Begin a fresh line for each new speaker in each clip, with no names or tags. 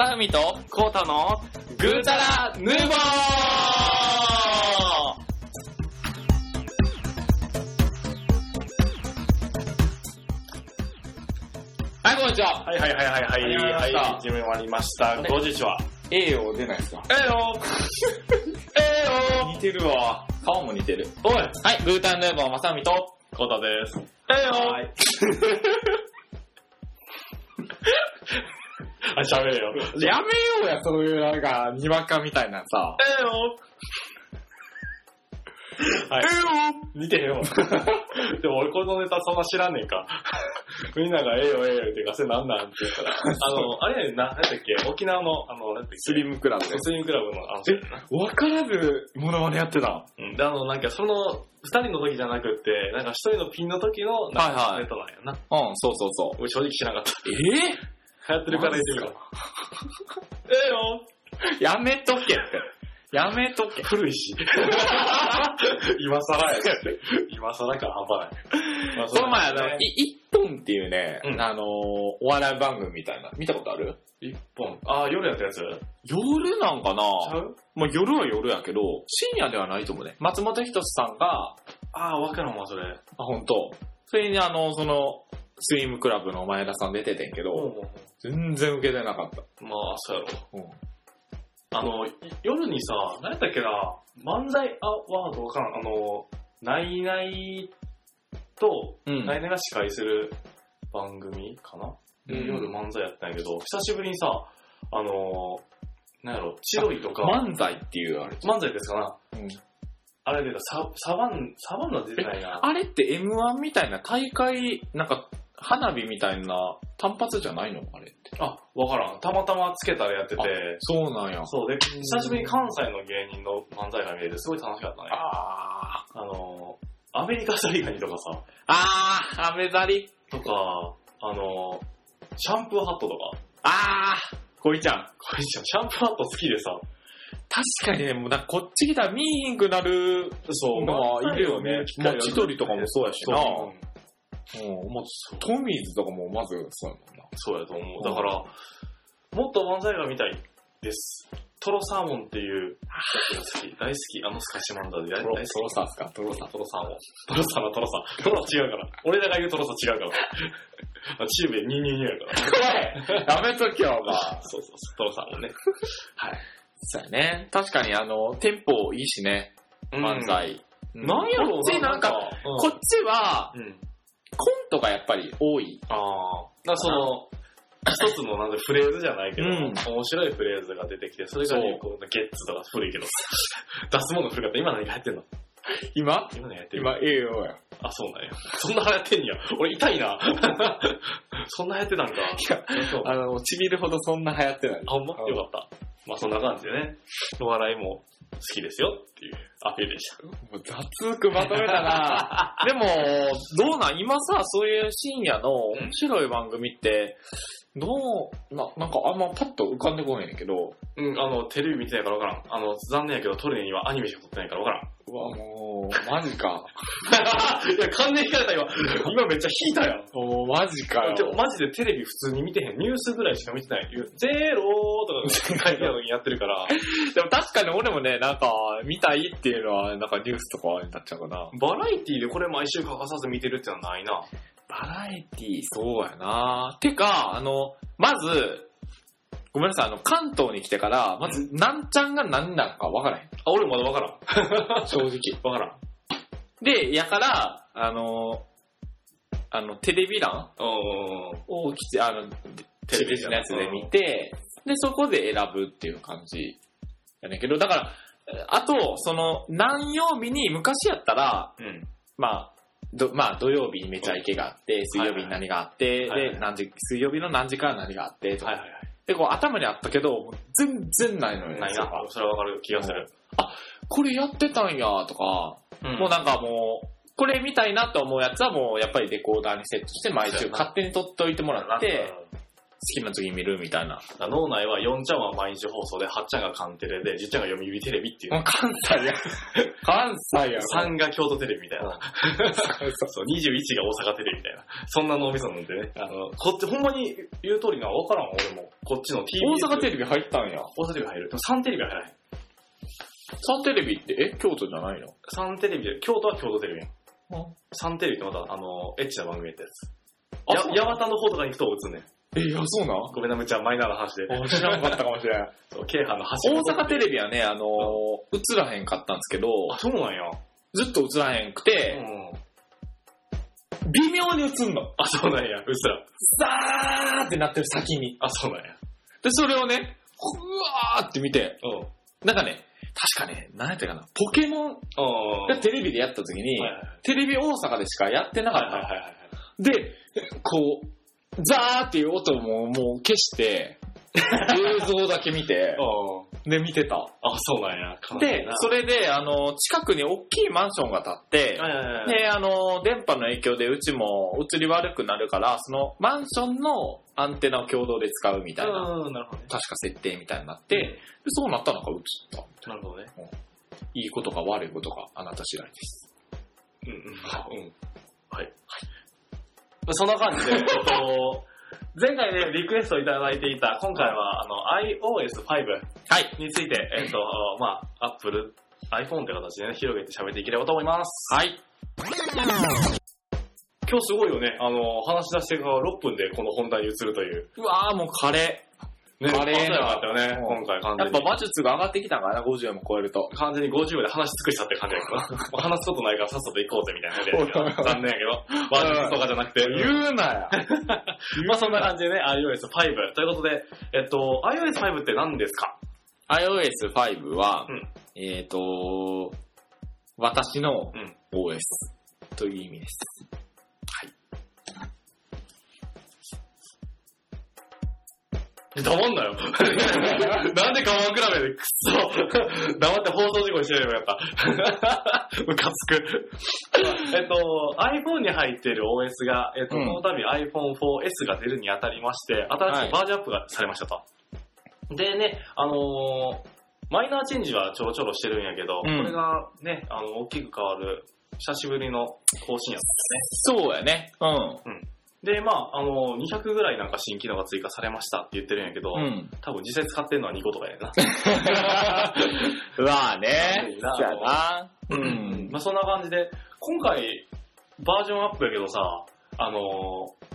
サフミとコータのグータラヌーボーはい、こんにちは。
はいはいはいはい
始まりま
は
し
い。
た
はい、決め終わりました。
れ
ご時は。
A を出ないですか
ええ よええよ
似てるわ。顔も似てる。
おい
はい、グータラヌーボーまさみと。
コータです。ええよ
はい。
あ、喋れよ。え
やめようや、そういうなんか、にわかみたいなさ。
えよはい。似てへん わ。でも俺このネタそんな知らんねんか。みんながええよええよってかせなんなんって言うから。あの、あれやねんな、なんだっけ、沖縄の、あの、なんだっけ、
スリムクラブです。
スリムクラブの、あの、
わからず、モノマネやってた。は
うんで、あの、なんかその、二人の時じゃなくって、なんか一人のピンの時の、なんか
はいはい
ネタなんやな。
うん、そうそうそう。
俺正直知らなかった。
え
流行ってるから言ってるから。ええよ
やめとけって。やめとけ。
古いし。今更や。今更感半端ない。まあ
その前、あ
だ
の、
ね
い一本っていうね、
うん
あのーお笑い番組みたいな、見たことある
一本。ああ、夜やったやつち
夜なんかな
ゃう
まあ夜は夜やけど、深夜ではないと思うね。松本人志さんが、あ、
ああ、わからんわ、それ。
本当それにあの、その、スイムクラブの前田さん出ててんけど、全然受けてなかった。
まあ、そうやろ。
うん
あの、い夜にさ、何やったっけな、漫才アワードわからん。あの、ナイナイと、
うん
ナイナイが司会する番組かな、で
うん
夜漫才やったんやけど、久しぶりにさ、あの、なんやろ、千鳥とか、
漫才っていうあれ、
漫才ですかな
うん
あれでササバン、サバンナ出てないな。
あれって M1 みたいな大会、なんか、花火みたいな単発じゃないのあれって。
あ、わからん。たまたまつけたらやってて
あ、そうなんや。
そうで、久しぶりに関西の芸人の漫才が見れて、すごい楽しかったね。
あ
あの、アメリカザリガニとかさ、
あ。ああ、雨ざり。
とか、あの、シャンプーハットとか、
ああ、こいちゃん。
これ じゃんシャンプーハット好きでさ、
確かにね、もうなんかこっち来たら見えへんくなる
そう、
の
ま
は
あ
いるよね。まあ、千鳥とかもそうやしな。
そう
う、ん。まあ、トミーズとかもまずそうやもんな。
そうやと思う。だから、もっと漫才が見たいです。トロサーモンっていうやつが好き。大好き。あのスカシ漫才で大大好き。
サーっすかトロサ
トロサーモン。トロサーのトロサー。トロサー違うから。俺らが言うトロサー違うから。チームでニューニューニューやから。
やめとけよ、お前。
そうそうそう、トロサーもね。
そうやね。確かに、あの、テンポいいしね、漫。才。
うん、なんやろ
こっちなんか、、こ
こ
っちは、
うん。
コントがやっぱり多い。
ああ。だからその、一つのなんでフレーズじゃないけど、
うん
面白いフレーズが出てきて、それが
そう
ね、こうゲッツとか古いけど、 出すもの古かった。今何が入ってんの
今
今何やってる
今、ええよや。
あ、そうなんや。そんな流行ってんや。俺痛いな。 そんな流行ってたんか。そう
あの、ちびるほどそんな流行ってない。
あ、ほんま
うん
よかった。まあそんな感じでね、お笑いも好きですよっていうアピールでした。
もう雑くまとめたな でも、どうなん今さ、そういう深夜の面白い番組って、どう、な、なんかあんまパッと浮かんでこないんやけど、
うん、あの、テレビ見てないからわからん。あの、残念やけどトルネにはアニメしか撮ってないからわからん。
うわ、もう、マジか。
いや、完全に引かれた今。今めっちゃ引いたやん。
もう、マジか
でも
よ。
マジでテレビ普通に見てへん。ニュースぐらいしか見てない。ゼロー とか書いてあるのにやってるから。
でも確かに俺もね、なんか、見たいっていうのは、なんかニュースとかになっちゃうかな。
バラエティでこれ毎週欠かさず見てるってのはないな。
バラエティ、そうやなてか、あの、まず、ごめんなさい、あの、関東に来てから、まず、なんちゃんが何なのかわからへん。
あ、俺まだわからん。
正直。
わからん。
で、やから、あの、あの、テレビ欄
うんうんうん。
をきち、あの、テ
テ
レ
レ
ビ
ビ
の
欄
やつで見て、で、そこで選ぶっていう感じやねんけど、だから、えあと、その、何曜日に、昔やったら、
うん。
まあ、どまあ、土曜日にめちゃイケがあって、水曜日に何があって、
はいはい
で、何時、水曜日の何時から何があって、とか
はいはいは
で、こう頭にあったけど、もう全然ないのよ、
い。ない
そ
な
うか。
それはわかる気がする。
これやってたんや、とか、
うん
もうなんかもう、これみたいなと思うやつはもうやっぱりレコーダーにセットして毎週勝手に撮っておいてもらって、きな時見るみたいな。
脳内は4ちゃんは毎日放送で、8ちゃんがカンテレで、10ちゃんが読売テレビっていう。
もう関西や。関西やろ。
3が京都テレビみたいな。 そう、21が大阪テレビみたいな。そんな脳みそなんでね。あの、こっち、ほんまに言う通りな、わからん、俺も。こっちの TV。
大阪テ
ビ。
レビ入ったんや。
大阪テレビ入る。でも3テレビは入らへん。
3テレビって、え、京都じゃないの
3テレビで、京都は京都テレビやん。
あ
3テレビってまた、あの、エッチな番組やったやつ。
あ
や
そう
八幡の方とかに行くと映んねん。
え、いや、そうな
ごめんなめちゃん、マイナーな話で。
ん知らんかったかもし れん。
そう京阪の橋
大
のとこ
阪テレビはね、あのー、映らへんかったんですけど、
あ、そうなんや。
ずっと映らへんく
う
て、
ん。
微妙に映んの。
あ、そうなんや。うっすら。
ザーってなってる先に。
あ、そうなんや。
で、それをね、うわーって見て、
うん。
なんかね、確かね、何やったかな、ポケモン
うん。
がテレビでやった時に、
はいはいはい
テレビ大阪でしかやってなかった。
はいはいはいはい。
で、こう、ザーっていう音ももう消して、映像だけ見て、
うん。
で、見てた。
あ、そうなんや。悲しい
で
な、
それで、あの、近くに大きいマンションが建って、
はいはいはい。
で、あの、電波の影響でうちも移り悪くなるから、そのマンションのアンテナを共同で使うみたいな、
うん、なるほどね。
確か設定みたいになって、でそうなったのが移った。
なるほどね。
いいことか悪いことかあなた次第です。
うんうん。うん。はい。そんな感じで、えっ と、前回ね、リクエストいただいていた、今回は、あの、
はい。
iOS5 について、えっと、まあ Apple、iPhone って形でね、広げて喋っていければと思います。
はい。
今日すごいよね、あの、話し出してから6分でこの本題に移るという。
うわーもうカレ
ね、
カレー
面白かったよね、
うん
今回完
ー。や
全
っ
に
ぱ。魔術が上がってきたんかな、50も超えると。
完全に50まで話し尽くしたって感じやけどな。も う話すことないからさっさと行こうぜみたいな感じやけど。残念やけど。ワールドとかじゃなくて。
言うな や。
まあそんな感じでね、iOS5。ということで、えっと、iOS5 って何ですか
iOS5 は、
うん
えっ、と、私の
うん
OS という意味です。
黙んなよ。 なんで顔比べで、くっそ。 黙って放送事故にしてればよかった。 ムカつく。えっと、iPhone に入っている OS が、えっと、
うん
この度 iPhone4S が出るにあたりまして、新しいバージョンアップがされましたと。でね、あのーマイナーチェンジはちょろちょろしてるんやけど、
うん
これがね、あの、大きく変わる、久しぶりの更新や
そうやね。うん。
で、まあ、あの、200ぐらいなんか新機能が追加されましたって言ってるんやけど、
うん。
多分実際使ってるのは2個とかやな。
まあね。
な
そうやな。うん。
まあ、そんな感じで、今回、バージョンアップやけどさ、あの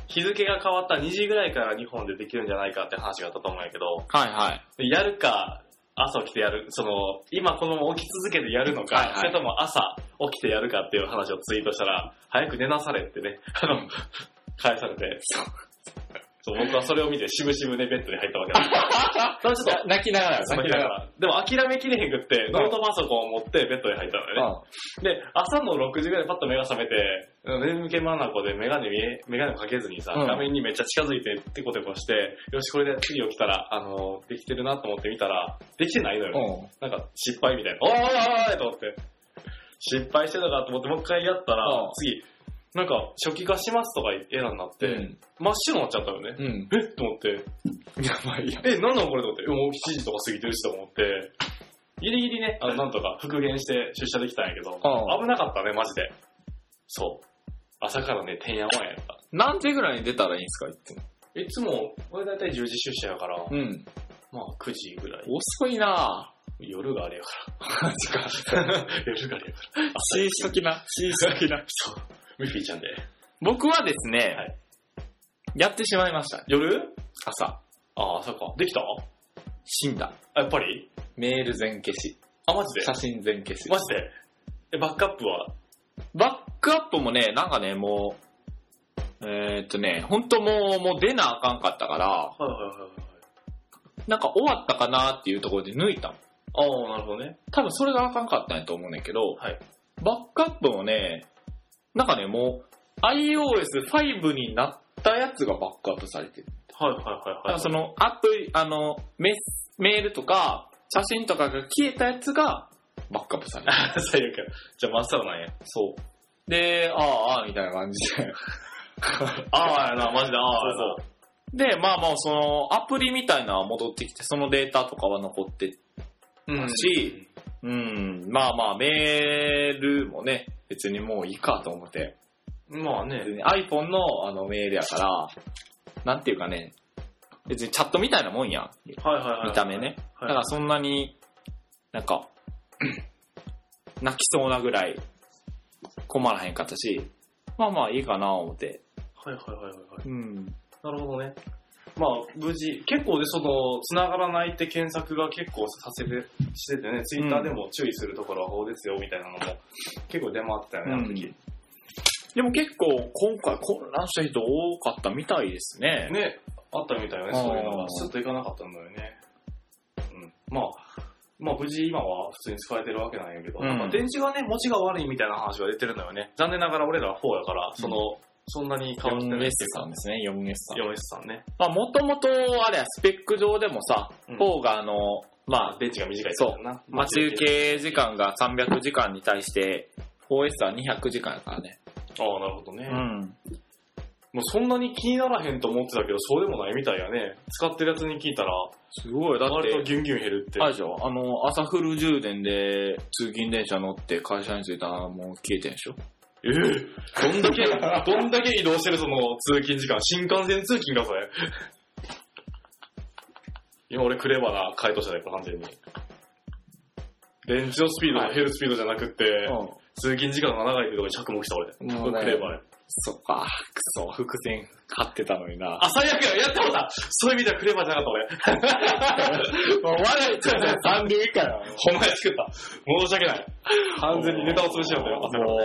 日付が変わった2時ぐらいから日本でできるんじゃないかって話があったと思うんやけど、
はいはい。
やるか、朝起きてやる、その、今このまま起き続けてやるのか、
はいはい
それとも朝起きてやるかっていう話をツイートしたら、早く寝なされってね、あの、 返されて、そう僕はそれを見て、しぶしぶね、ベッドに入ったわけなんで す
ちょっと泣きながら、泣きなが ら。
でも諦めきれへんくって、
ん
ノートパソコンを持ってベッドに入ったのよね。で、朝の6時ぐらいパッと目が覚めて、眠気まなこでメガネ見え、メガネもかけずにさ、
うん
画面にめっちゃ近づいてテコテコして、よし、これで次起きたら、あの、できてるなと思って見たら、できてないの
う
よ。
ん。うん。
なんか失敗みたいな。おーおーおーと思って。失敗してたかと思ってもう一回やった
う
ら
ん、
次、なんか、初期化しますとかエラーになって、真っ白になっちゃったよね。
うん。
えっと思って、
やばいや。
え、なんなんこれと思って、もう7時とか過ぎてるしと思って、ギリギリね、あの、なんとか復元して出社できたんやけど、
う
危なかったね、マジで。そう。朝からね、てんやわんやった。
何時ぐらいに出たらいいんすか、いつも。
いつも、俺だいたい10時出社やから、
うん。
まあ9時ぐらい。
遅いな
夜があれや
ぁ。
か
マジか。
ら。 夜があれやか
シーしときな。シーしときな
ら。。そう。ミッフィーちゃんで。
僕はですね、
はい
やってしまいました。
夜
朝。
ああ、そっか。できたあ
死んだ。
やっぱり
メール全消し。
あ、マジで
写真全消し。
マジでえ、バックアップは
バックアップもね、なんかね、もう、えーっとね、ほんともう、もう出なあかんかったから、
はいはいはい。
なんか終わったかなっていうところで抜いたの。
ああ、なるほどね。
多分それがあかんかったんやと思うねんだけど、
はい
バックアップもね、なんかね、もう iOS5 になったやつがバックアップされてる。
はいはいはい
だか
はい。
らそのアプリ、あの、メスメールとか、写真とかが消えたやつがバックアップさ れてる。
最悪や。じゃあ真っさらなんや。
そう。で、ああ、ああ、みたいな感じで。
ああやな、マジでああやな。
で、まあまあ、その、アプリみたいなのは戻ってきて、そのデータとかは残って、
うん
し、うん、まあまあ、メールもね、別にもういいかと思って、
まあね
別。に iPhone のあのメールやから、なんていうかね、別にチャットみたいなもんや、
はいはいはい。
見た目ね。
は
だ
い。
からそんなに、なん か、泣きそうなぐらい困らへんかったし、まあまあいいかな思って。
はいはいはいはいはい。
うん。
なるほどね。まあ、無事、結構で、その、繋がらないって検索が結構させて、しててね、ツイッターでも注意するところはこうですよ、みたいなのも、結構出回ってたよね、あの時。
でも結構今回混乱した人多かったみたいですね。
ね、あったみたいよね、そういうの
あ
が。
ー
スッといかなかったんだよね。うん。まあ、まあ、無事今は普通に使えてるわけなんやけど、
うん
なんか電池がね、持ちが悪いみたいな話が出てるのよね。残念ながら俺らは4やから、その、そんなに変わってな
4S
いっていう
さ
か
んですね、4S さん。
4S さんね。
まあもともと、あれや、スペック上でもさ、
うん
4があの、まあ、
電池が短い
そう
うな。
待ち受。け時間が300時間に対して、4S は200時間やからね。
ああ、なるほどね。
ん。
もうそんなに気にならへんと思ってたけど、そうでもないみたいやね。使ってるやつに聞いたら、
すごい、だっ
割
て
と、ギュンギュン減るって。
あれでしょあの、朝フル充電で通勤電車乗って会社に着いたらもう消えてんでしょ
ええどんだけ、どんだけ移動してるその通勤時間。新幹線通勤か、それ。 今俺クレバーな回答者だよ、完全に。電池のスピードと減るスピードじゃなくって、通勤時間が長いってとこに着目した俺。
もうね
クレバーや。
そっか、くそ、伏線張ってたのにな。
あ、最悪や、やったことだそういう意味ではクレバーじゃなかった俺。
笑いちゃう三流以下よ。
ほんまに作った。申し訳ない。完全にネタを潰しちゃったよ、頭
も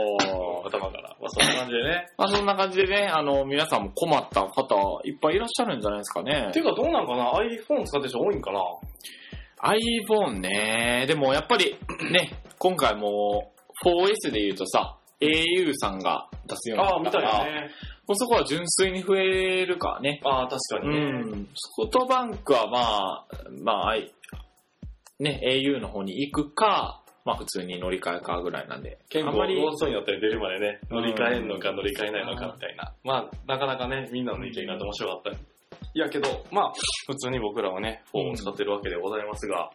う
頭から。まあそんな感じでね。
まあそんな感じでね、あの、皆さんも困った方、いっぱいいらっしゃるんじゃないですかね
て。いうかどうなんかな ?iPhone 使ってる人多いんかな
iPhone ね、でもやっぱり、ね、今回もう 4S で言うとさ、au さんが出すようにな
ああ、
っ
見
た
た
か
い
ら、
ね。
もうそこは純粋に増えるからね。
ああ、確か
う
にね。
ん。ソフトバンクはまあ、まあ、あいね、au の方に行くか、まあ普通に乗り換えかぐらいなんで。
結構、
あんまり
ローソンになったり出るまでね、乗り換えんのか
うん
乗り換えないのかみたいな。まあ、なかなかね、みんなの意見があって面白かった。いやけど、まあ、普通に僕らはね、4を使ってるわけでございますが、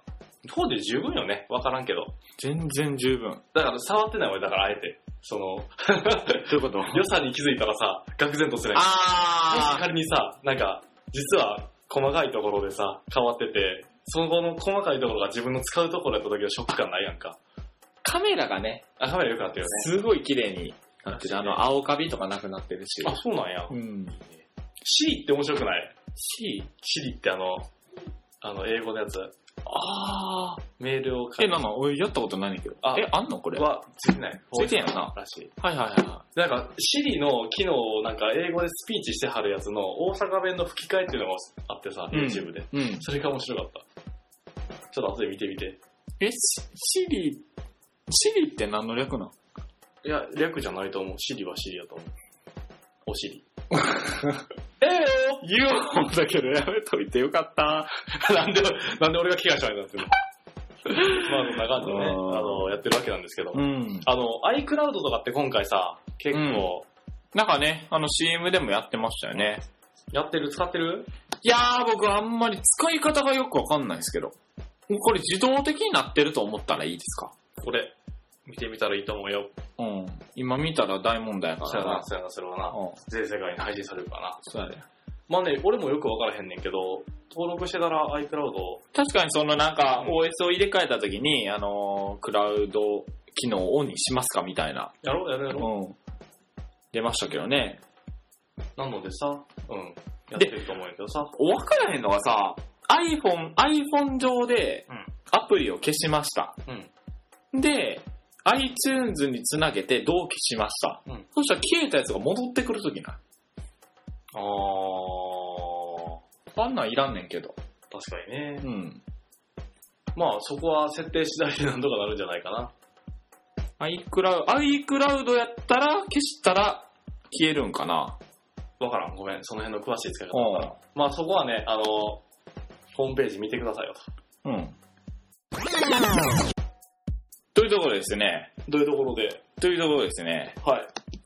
4で十分よね。わからんけど。
全然十分。
だから、触ってない俺だから、あえて。その、
どういう こと
良さに気づいたらさ、愕然とするやんもし
あ
仮にさ、なんか、実は細かいところでさ、変わってて、その後の細かいところが自分の使うところやった時はショック感ないやんか。
ーカメラがね、
あ、カメラ良かったよね。
すごい綺麗になってる。あの、青カビとかなくなってるし。
あ、そうなんや。
うん。
シリって面白くない
C?
シリってあの、あの、英語のやつ。
あー。
メールを
え、なんなん俺やったことないねんだけど。
あ
え、あんのこれ。はい
は、ついてない。
ついてんやんな
らしい。
はいはいは
なんか、シリの機能をなんか英語でスピーチしてはるやつの大阪弁の吹き替えっていうのがあってさ、
うん
YouTube で。
い。うん。
それが面白かった。ちょっと後で見てみて。
え、シシリ、シリって何の略なん
いや、略じゃないと思う。シリはシリだと思う。お尻。
ええよ言うんだけどやめといてよかった。
なんで、なんで俺が怪我したいなんですよ。まあ、そんな感じでね、
あー
あの、やってるわけなんですけど。
うん。
あの、iCloud とかって今回さ、結構、
なんかね、あの CM でもやってましたよね。
やってる、使ってる
いやー、僕あんまり使い方がよくわかんないですけど。これ自動的になってると思ったらいいですか
これ、見てみたらいいと思うよ。
うん。今見たら大問題やか
そ
ら
うや
な
な、。そうやな、それはな。
うん。
全世界に配信されるからな。
そうやね。
まあね、俺もよくわからへんねんけど、登録してたら iCloud を、
確かにそのなんか OS を入れ替えた時に、あのークラウド機能をオンにしますかみたいな。
やろう、やろう、やろ
うん。出ましたけどね。
う。なのでさ、うん、やってると思うんやけどさ。
分からへんのがさ、iPhone、iPhone 上で
うん
アプリを消しました。
うん。
で、iTunes につなげて同期しました。
うん
そしたら消えたやつが戻ってくるときな。
あー、
あんなんいらんねんけど。
確かにね。
うん。
まあ、そこは設定次第でなんとかなるんじゃないかな。
iCloud、iCloud やったら消したら消えるんかな。
わからん、ごめん、その辺の詳しい使い方。
う
まあそこはね、あの、ホームページ見てくださいよと。
ん。うん。というところですね。
どういうところで
というところですね。
はい。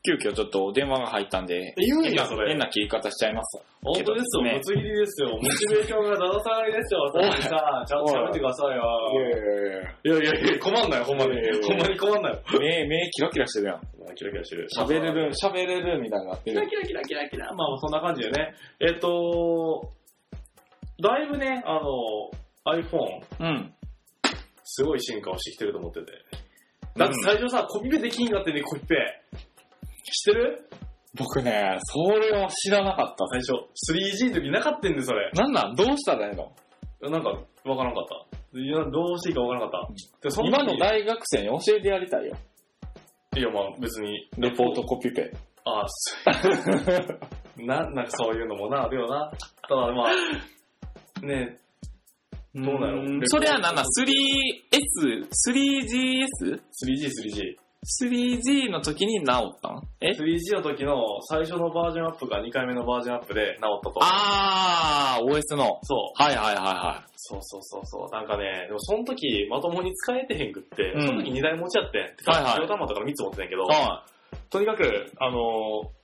急遽ちょっと電話が入ったんで、
言うん
変
や、
な
それ。
変な切り方しちゃいます。
本当ですよ、
ね
ぶつ切りですよ。モチベーションがだだ下がりですよ。
おい
さっきさ、ちゃんと喋ってくださいよ。いやいやいや、困んない、ほんまに
いやいやい。や
ほんまに困んないよ。
目、目キラキラしてるやん。
キラキラしてる
喋れる、喋れるみたいになって
キラ
る。
キラキラキラキラ。まあ、そんな感じでね。えっと、だいぶね、あの、iPhone、
うん。
すごい進化をしてきてると思ってて。だって最初さ、コピペできんかってね、コピペ。知ってる
僕ね、それを知らなかった。
最初。3G の時なかったんで、それ。
なんなんどうしたらいいの
なんか、わからんかった。いやどうしていいかわからんかった。でそんな
今の大学生に教えてやりたいよ。
いや、まあ別に。
レポートコピペ。
ああ、すな、なんか そういうのもな、あるよな。ただまあ、ね
ど
うなのレポート
それはなんだ 3S、3GS?
3G、3G。
3G の時に治ったんえ
3G の時の最初のバージョンアップが2回目のバージョンアップで直ったと。
あー、OS の。
そう。
はいはいはいは
そうそうそうそう。なんかね、でもその時まともに使えてへんくって、
うん
その時2台持ちやってん。
はいはい
白玉とか3つ持ってんやけど、
い。は
とにかく、あのー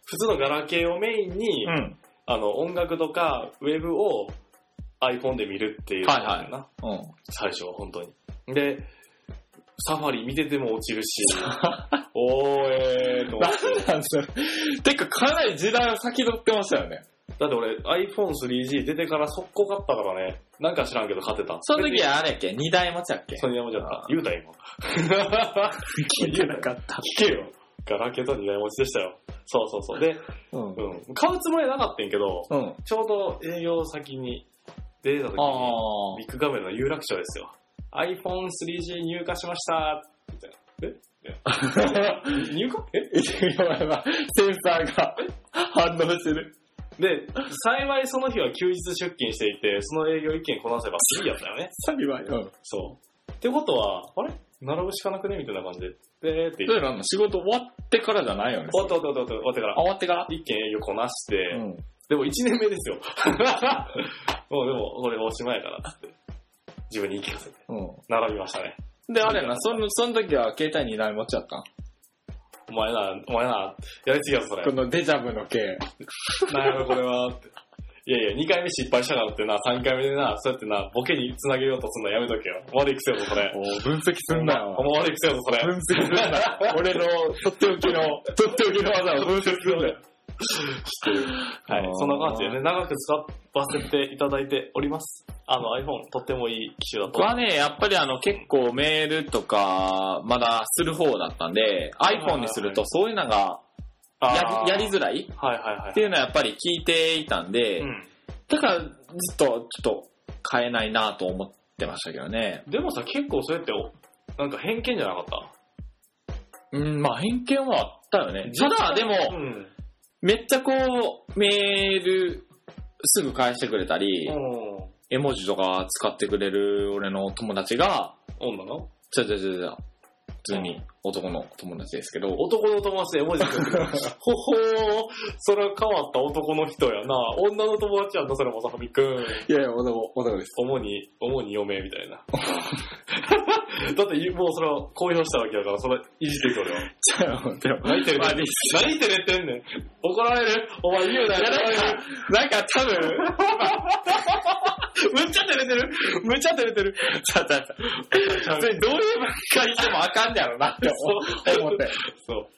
普通のガラケーをメインに、
い。うん。
あの、音楽とか、ウェブを iPhone で見るっていう。
はいはい
な。
うん。
最初は本当に。で、サファリ見てても落ちるし、 おーえーと思
な
っ
ん
て。
なんそれ。てか、かなり時代を先取ってましたよね。
だって俺 iPhone3G 出てから速攻買ったからね、なんか知らんけど買ってた。
その時はあれやっけ二台持ちやっけ
ソニアもじゃなかった。言うた今。
聞いてなかった。
聞けよ。ガラケーと二台持ちでしたよ。そうそうそう。で、
うん。
うん。買うつもりはなかったんやけど、
うん。
ちょうど営業先に出た
あ
時に、
ー。
ビッグカメラの有楽町ですよ。iPhone3G 入荷しましたみたいな。え いや入荷え
やばいやばいセンサーが反応してる。
で、幸いその日は休日出勤していて、その営業一件こなせばいいやったよね。
幸い。うん。
そう。ってことは、あれ並ぶしかなくねみたいな感じで、でーって
それなんだ仕事終わってからじゃないよね。
終わった終わった終わった終わってか
あ
ら、
終わってから
一件営業こなして、
うん。
でも1年目ですよ。 もうでも、これおしまいやからっつって、自分に言い聞かせて、
う
並びましたね。
ん。で、あれやな、その、その時は携帯2台持ちやったん
お前な、お前な、やりすぎやぞ、それ
こ。のデジャブの系。
なるほど、これは、って。いやいや、2回目失敗したからってな、3回目でな、そうやってな、ボケに繋げようとすんのやめとけよ。悪い癖やぞ、それ。
分析すんな
お
よ。
前悪い癖やぞ、それ。
分析すんなよ。 俺の、とっておきの、 とっておきの技を分析すん なよ。
はい
あ、ー
そんな感じでね、長く使わせていただいております。あの iPhone、とってもいい機種だと。
僕はね、やっぱりあの結構メールとか、まだする方だったんで、iPhone にするとそういうのがや
あー
りやりづらい
はいはいはい。
っていうのはやっぱり聞いていたんで、
うん
だからずっとちょっと変えないなと思ってましたけどね。
でもさ、結構そうやって、おなんか偏見じゃなかった
うん、まあ偏見はあったよね。ただでも、
うん。
めっちゃこう、メールすぐ返してくれたり、
うん。
絵文字とか使ってくれる俺の友達が、
女の
ちゃちゃちゃちゃ、普通に男の友達ですけど、
男の友達で絵文字作って るほほー、それは変わった男の人やな。女の友達やんな、それもさはみくん。
いやいや、男、男です。
主に、主に嫁みたいな。 だって、もうそれは公表したわけだから、それいじってくるよ。
じゃあ、でも、
泣いてる
まあリ
何言って寝てんねん。怒られるお前言うな、
いや、
怒ら
なん
れ
か
る。、
なんか多分、むっちゃ照れてるむっちゃ照れてるちゃうちゃうちゃうそれどういう番組してもあかんねやろなって思って。
そう。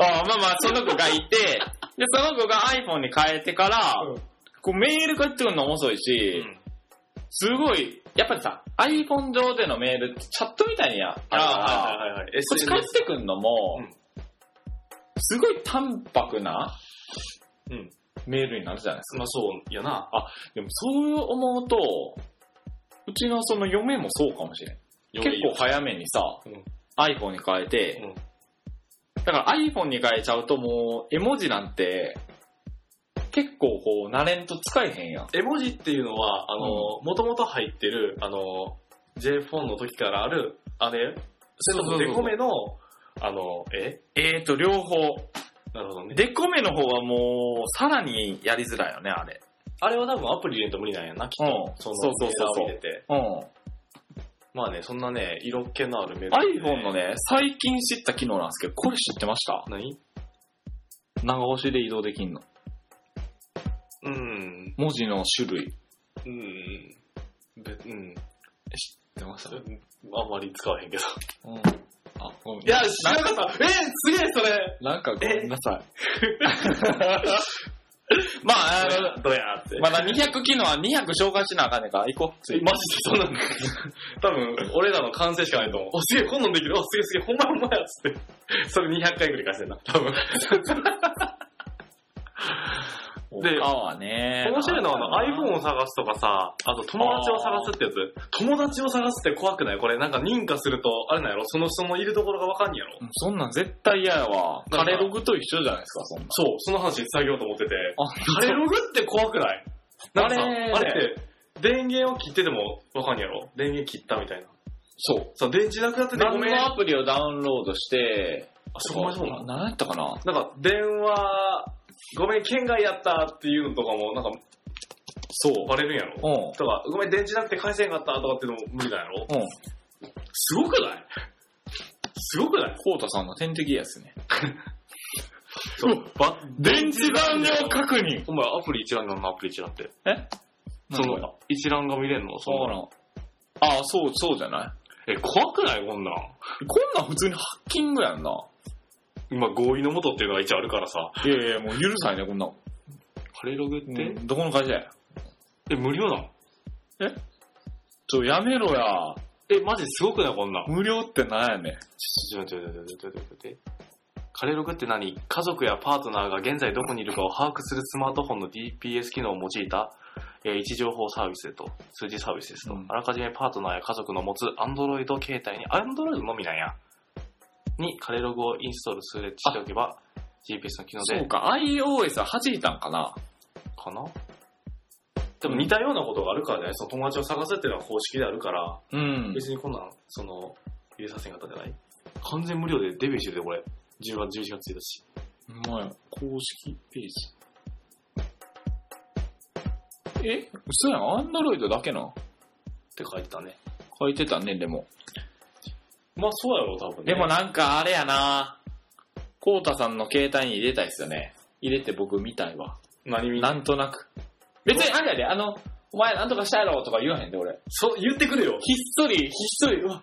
ああまあまあ、その子がいて、で、その子が iPhone に変えてから、
うん
こうメールがってくるの遅いし、すごい、やっぱりさ、iPhone 上でのメールってチャットみたいにや。
あ
ああ
はいはいはい。
こっち返ってくんのも、
うん
すごい淡白な
うん。
メールになるじゃないですか。
まあそうやな。
あ、でもそう思うと、うちのその嫁もそうかもしれん。結構早めにさ、
うん
iPhone に変えて、だから iPhone に変えちゃうともう絵文字なんて、結構こう、慣れんと使えへんやん。
絵文字っていうのは、あの、もともと入ってる、あの、j フォンの時からある、あれそれともデコメの、あの、え
えーと、両方。
なるほどね。
デコメの方はもう、さらにやりづらいよね、あれ。
あれは多分アプリ入れんと無理なんやな、きっと。
うんそうそうそうそう
データを入れて。
うん。
まあね、そんなね、色気のあるメール、
iPhone のね、最近知った機能なんですけど、これ知ってました
何
長押しで移動できんの。
うん。
文字の種類。
うん。べうん。
知ってました
あんまり使わへんけど。
うん。あ、ごめん。
いや、知らなかった。えすげえ、それ。
なんかごめんな さい。
まあ、あ の、どうやって。
まだ200機能は200紹介しなあかんねんから、行こう。
マジでそんなん 多分、俺らの完成しかないと 思う。お、すげえ、こんなんできる。お、すげえすげえ、ほんまやほんまや。つって。 それ200回繰り返してんな。多 分。で
他はね。
面白いのはあの iPhone を探すとかさ、あと友達を探すってやつ。友達を探すって怖くないこれなんか認可すると、あれなんやろその人のいるところがわかんねやろ
うんそんなん絶対嫌やわ。
な
カ
んか
レログと一緒じゃないですか、そんなん。
そう、その話下げようと思ってて。
あ
あれログって怖くないなんかさ
あれー
あれって、電源を切っててもわかんねやろ電源切ったみたいな。
そう。
さ、電池なくなっててご
何
めん。
の
あ、
アプリをダウンロードして、
そこまでそうなの
何やったかな
なんか、電話、ごめん、県外やったっていうのとかも、なんか、
そう。
バレるんやろ
うん。
とか、ごめん、電池なくて返せんかったとかっていうのも無理なんやろ
うん。
すごくないすごくない
コウタさんの天敵やっすね。
そう。ば
電池残量確認
お前、アプリ一覧なのアプリ一覧って。そ
その
の、一覧が見れんのそ
そう
の
なの。ああ、そう、そうじゃない
え、怖くないこんなん。
こんなん普通にハッキングやんな。
今、合意のもとっていうのが一応あるからさ。
いやいや、もう許さないね、こんなん。
カレログって、
うんどこの会社や
え、無料なの
ちょ、やめろや。
え、マジすごくないこんなん。
無料ってなんやねん。
ちょ、ちょ、ちょ、ちょ、ちょ、ちょ、ちょ、カレログって何家族やパートナーが現在どこにいるかを把握するスマートフォンの DPS 機能を用いた、えー位置情報サービスでと、数字サービスですと、
うん
あらかじめパートナーや家族の持つ Android 携帯に、Android のみなんや、にカレログをインストールするしておけば、GPS の機能
そう
で、
か、iOS は弾いたんかな。
かなでも似たようなことがあるからね、その友達を探すっていうのは公式であるから、
うん。
別にこんなん、その、入れさせんかったじゃない完全無料でデビューしてるで、これ。10月、11月1日。
まや、公式ページ。え嘘やん、アンドロイドだけな。
って書いてたね。
書いてたね、でも。
まあ、そうやろ、多分、ね。
でも、なんかあれやなコウタさんの携帯に入れたいっすよね。入れて僕見たいわ。
何見
なんとなく。別にあれやで、あの、お前なんとかしたやろとか言わへんで、俺。
そう、言ってく れよ。
ひっそり、ひっそり、うわ、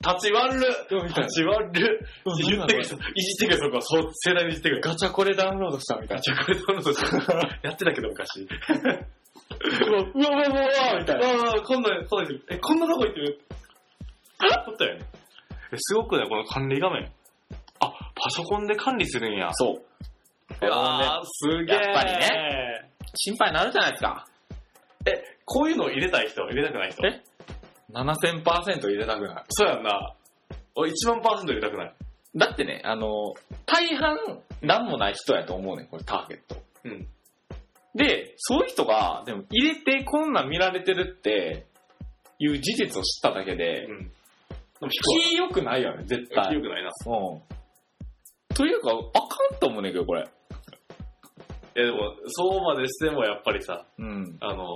立ち割る
どうみたいな
立ち割る言ってくれ、いじってくれ、そこは。そう、盛大にいじってくれ。ガ
ガチャこれダウンロードしたみたい
チャこれダ ウンロードしてやってたけど、昔。
な。うわ、うわ、うわ、うわ、みたいな。
ああ、こんな、こんな、え、こんなとこ行ってるあったよね。え、すごくないこの管理画面。あ、パソコンで管理するんや。
そう。
うわー、すげえ。
やっぱり
ね。
心配になるじゃないですか。
え、こういうのを入れたい人、入れたくない人。
え7000%入れたくない。
そうやんな。俺1万パーセント入れたくない。
だってね、あの、大半、なんもない人やと思うねん、これ、ターゲット。
うん。
で、そういう人が、でも、入れてこんなん見られてるって、いう事実を知っただけで
う、ん。でも低い。
気良くないよね、絶
低
対。
くないな。
うん。というか、あかんと思うねんけど、これ。
え、でも、そうまでしてもやっぱりさ、
うん。
あの、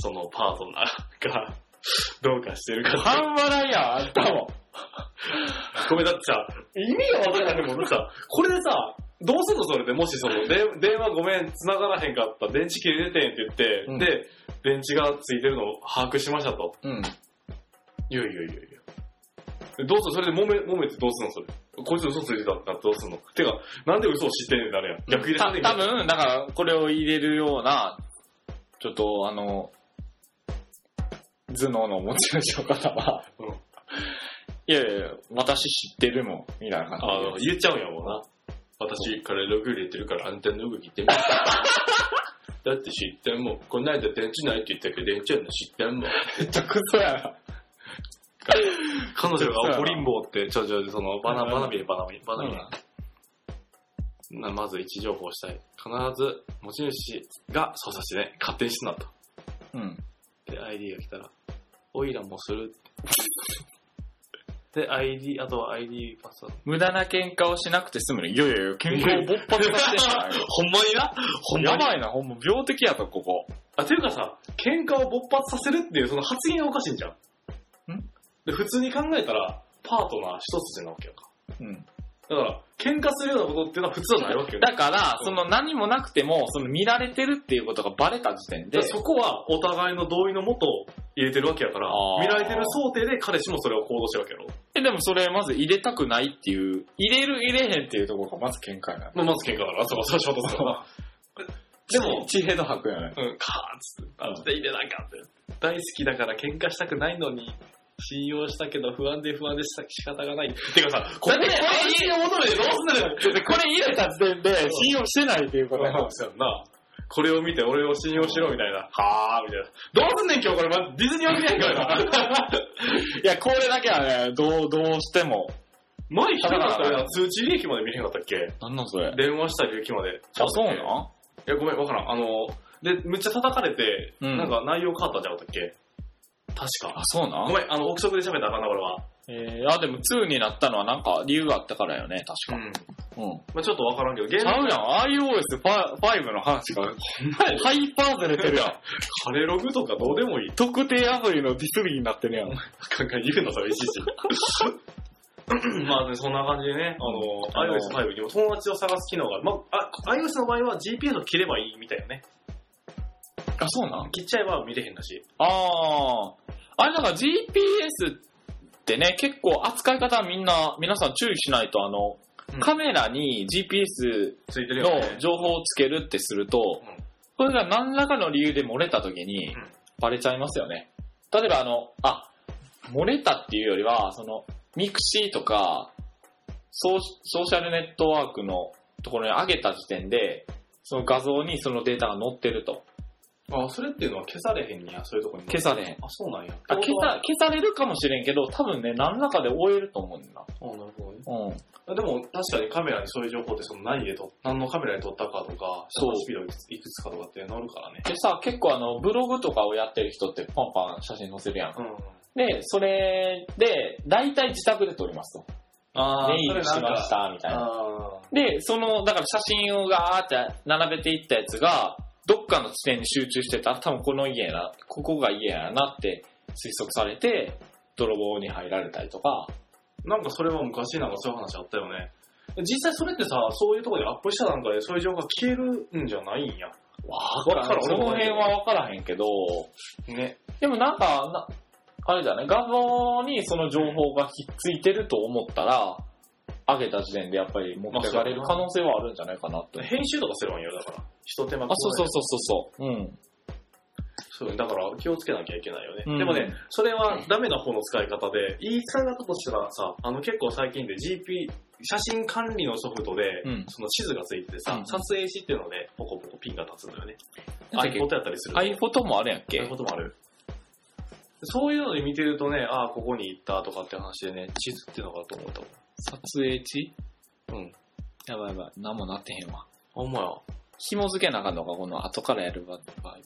そのパートナーが、どうかしてるから。
半笑いや、あんたも。
ごめん、だってさ、意味がわからないもんさ、これでさ、どうすんのそれで、もしその、で電話ごめん、繋がらへんかった、電池切れてんって言って、
うん
で、電池がついてるのを把握しましたと。
うん。
いやいやいやいや。どうするそれで揉め、揉めてどうすんのそれ。こいつ嘘ついてたってなってどうすんのてか、なんで嘘を知ってんねんってなるやん。逆入れさ
た
れてん
多分だからこれを入れるようなちょっとあの頭脳の持ち主の方は、
うん
いやいや私知ってるもんみたいな
あ
感
の、
じ
言っちゃうんやもんな。私、カレーログ入れてるから安定のログ切っ てみる。だって知ってんもん。こないだ電池ないって言ったけど、電池あるの知ってんもん。
めっちゃクソやな
彼女
そうや
が
な
ボリンボーって、ちょちょ、その、バナ、
うん
バナビーバナビーバナビーなまず位置情報をしたい。必ず、持ち主が操作してね、勝手にすんなと。
うん
で、ID が来たら、オイラもするって。で、ID、あとは ID パスワード。
無駄な喧嘩をしなくて済むねいやいやいや健康を勃発させてんじゃない
ほんまにな ほんま
や
に。
ばいなほんま病的やとここ
あ、というかさ、喧嘩を勃発させるっていうその発言がおかしいんじゃん。で、普通に考えたら、パートナー一つじゃなわけやんか。
うん。
だから、喧嘩するようなことっていうのは普通はないわけよね。
だから、
うん
その何もなくても、その見られてるっていうことがバレた時点で
で、そこはお互いの同意のもと入れてるわけやから
あー、
見られてる想定で彼氏もそれを行動してるわけやろ。
えでもそれまず入れたくないっていう、入れる入れへんっていうところがまず見解なの。
まあ、まず喧嘩だから、そこはそう衝突するから。 でも、
地平の白やない。
うん、カーッつって、あ、ちょっと入れなきゃって。大好きだから喧嘩したくないのに、信用したけど不安で不安でした仕方がない。てかさ、これ
だってこれ
信用戻るでどうする
で、これ入れた時点で信用してないっていうことやな。
そうやんな。これを見て俺を信用しろみたいな。はぁーみたいな。どうすんねん今日これ、ま、ディズニー枠じゃんから。
いや、これだけはね、どう、どうしても。
前ひどかったよ。通知履歴まで見れへんかったっけ
なんなんそれ。
電話した履歴まで。
あ、そうなん
いや、ごめん、わからん。あの、で、むっちゃ叩かれて、
うん
なんか内容変わったんじゃなかったっけ確
あ
か。、
そうな
ご
ん
めん、あの、憶測で喋ったらあかんな、俺は。
えー、あ、でも2になったのはなんか理由があったからよね、確か。
ん。
うん。
まあちょっとわからんけど、ゲー
ち
ム
ゃうやん、iOS5 の話が、ハイパーずれてるやん。
カレログとかどうでもいい。
特定アプリのディスリーになってるやん。
なんか言うのさ、いち いち。まあね、そんな感じでね、あ
あ
の、
の
iOS5 にも友達を探す機能がある。まあ、あ iOS の場合は GPS を切ればいいみたいよね。
あ、そうなん
切っちゃえば見れへんだし。
ああ。あれだから GPS ってね、結構扱い方みんな、皆さん注意しないと、あの、
うん
カメラに GPS
ついてるよね
の。情報をつけるってすると
うん、
これが何らかの理由で漏れた時に
うん、
バレちゃいますよね。例えばあの、あ、漏れたっていうよりは、その、ミクシーとか、ソーソーシャルネットワークのところに上げた時点で、その画像にそのデータが載ってると。
あ、それっていうのは消されへんねや、そういうとこに。
消されへん。
あ、そうなんや。
あ消さ消されるかもしれんけど、多分ね、何らかで終えると思うんだな。
あ、なるほどね。
うん。
でも、確かにカメラにそういう情報って、その何で撮っ、何のカメラで撮ったかとか、
そう
スピードいくついくつかとかって載るからね。
でさ、結構あの、ブログとかをやってる人ってパンパン写真載せるやん。
うん。
で、それで、大体自宅で撮りますと。
あ
ネイルしまし。た、みたいな。
あ
で、その、だから写真をガーって並べていったやつが、どっかの地点に集中してた、あ多分この家やな、ここが家やなって推測されて、泥棒に入られたりとか、
なんかそれは昔なんかそういう話あったよね。実際それってさ、そういうとこでアップしたなんかでそういう情報が消えるんじゃないんや。
わ
からん
その辺はわからへんけど、
ね。
でもなんか、なあれじゃない画像にその情報がひっついてると思ったら、上げた時点でやっぱり持ってかれる可能性はあるんじゃないかなって。
編集とかすればいいんや、だから。一手間
あ、そうそうそうそうそう。うん。
そう。そうだから気をつけなきゃいけないよね。
うん
でもね、それはダメな方の使い方で、言い使い方としてはさ、あの結構最近で GP、写真管理のソフトで、
うん
その地図がついててさ、
うん
撮影しっていうので、ポコポコピンが立つのよね。
な
ア
んだっ
イ
け
ポトやったりする。
アイフォトもあるやんけ
そういう。こともある。そういうので見てるとね、ああ、ここに行ったとかって話でね、地図っていうのがあると思ったもん
撮影地
うん。
やばいやばい。何もなってへんわ。
ほんまや。
紐付けなあかんのか、この後からやる場合は。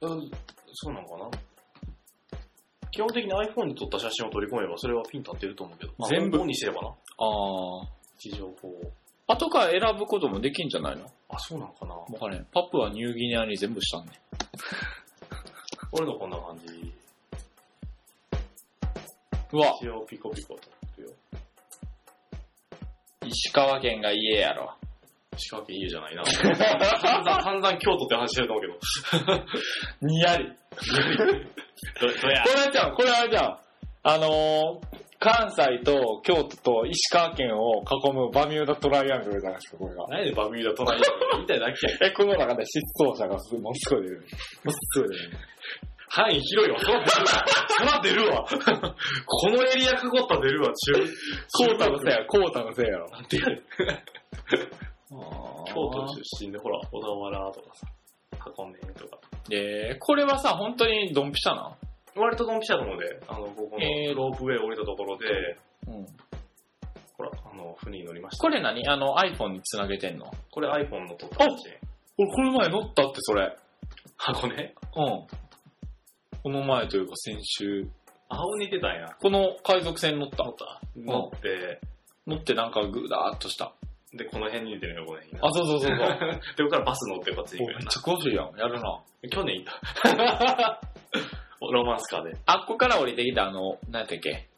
うんそうなのかな基本的に iPhone で撮った写真を取り込めば、それはピン立ってると思うけど。
まあ全部
オンにすればな。
あー。
地上法を。
後から選ぶこともできんじゃないの
あ、そうなのかな
わからへん。パプはニューギニアに全部したんね。
俺のこんな感じ。
うわ、
一応ピコピコと撮るよ。
石川県が家やろ。
石川県家じゃないな。散々、 散々京都って話してると思うけど。
にやり。
ど、どや
これあれじゃん、これあれじゃん。あのー、関西と京都と石川県を囲むバミューダトライアングルじゃないですか、これが。
何でバミューダ隣にみたいだけや
え、この中で失踪者がすものすごい出る。ものすごい出る。
範囲広い わ。そら出るわ。そら出るわ。このエリアかこったら出るわ、中。
コータのせいや、コータのせいやろ。
なんてやる
京
京都出身で、ほら、小田原とかさ、箱根とか。
えー、これはさ、本当にドンピシャな
割とドンピシャなので、あの、ここ
えー
のロープウェイ降りたところで、
うん。
ほら、あの、船に乗りました。
これ何あの iPhone に繋げてんの
これ iPhone の撮った写真。
俺、この前乗ったって、それ。
箱根
うん。この前というか先週、
青に出たんや。
この海賊船乗った
乗。った乗って、
乗ってなんかグダーっとした。
で、この辺に出てるのよ、この辺に。
あ、そうそうそうそう。
で、ここからバス乗ってこっち
お
行く
め
よ
っ
な
ちゃ詳しいやん。やるな。
去年行った。ロマンスカーで。
あっこから降りてきたあの、何やったっけ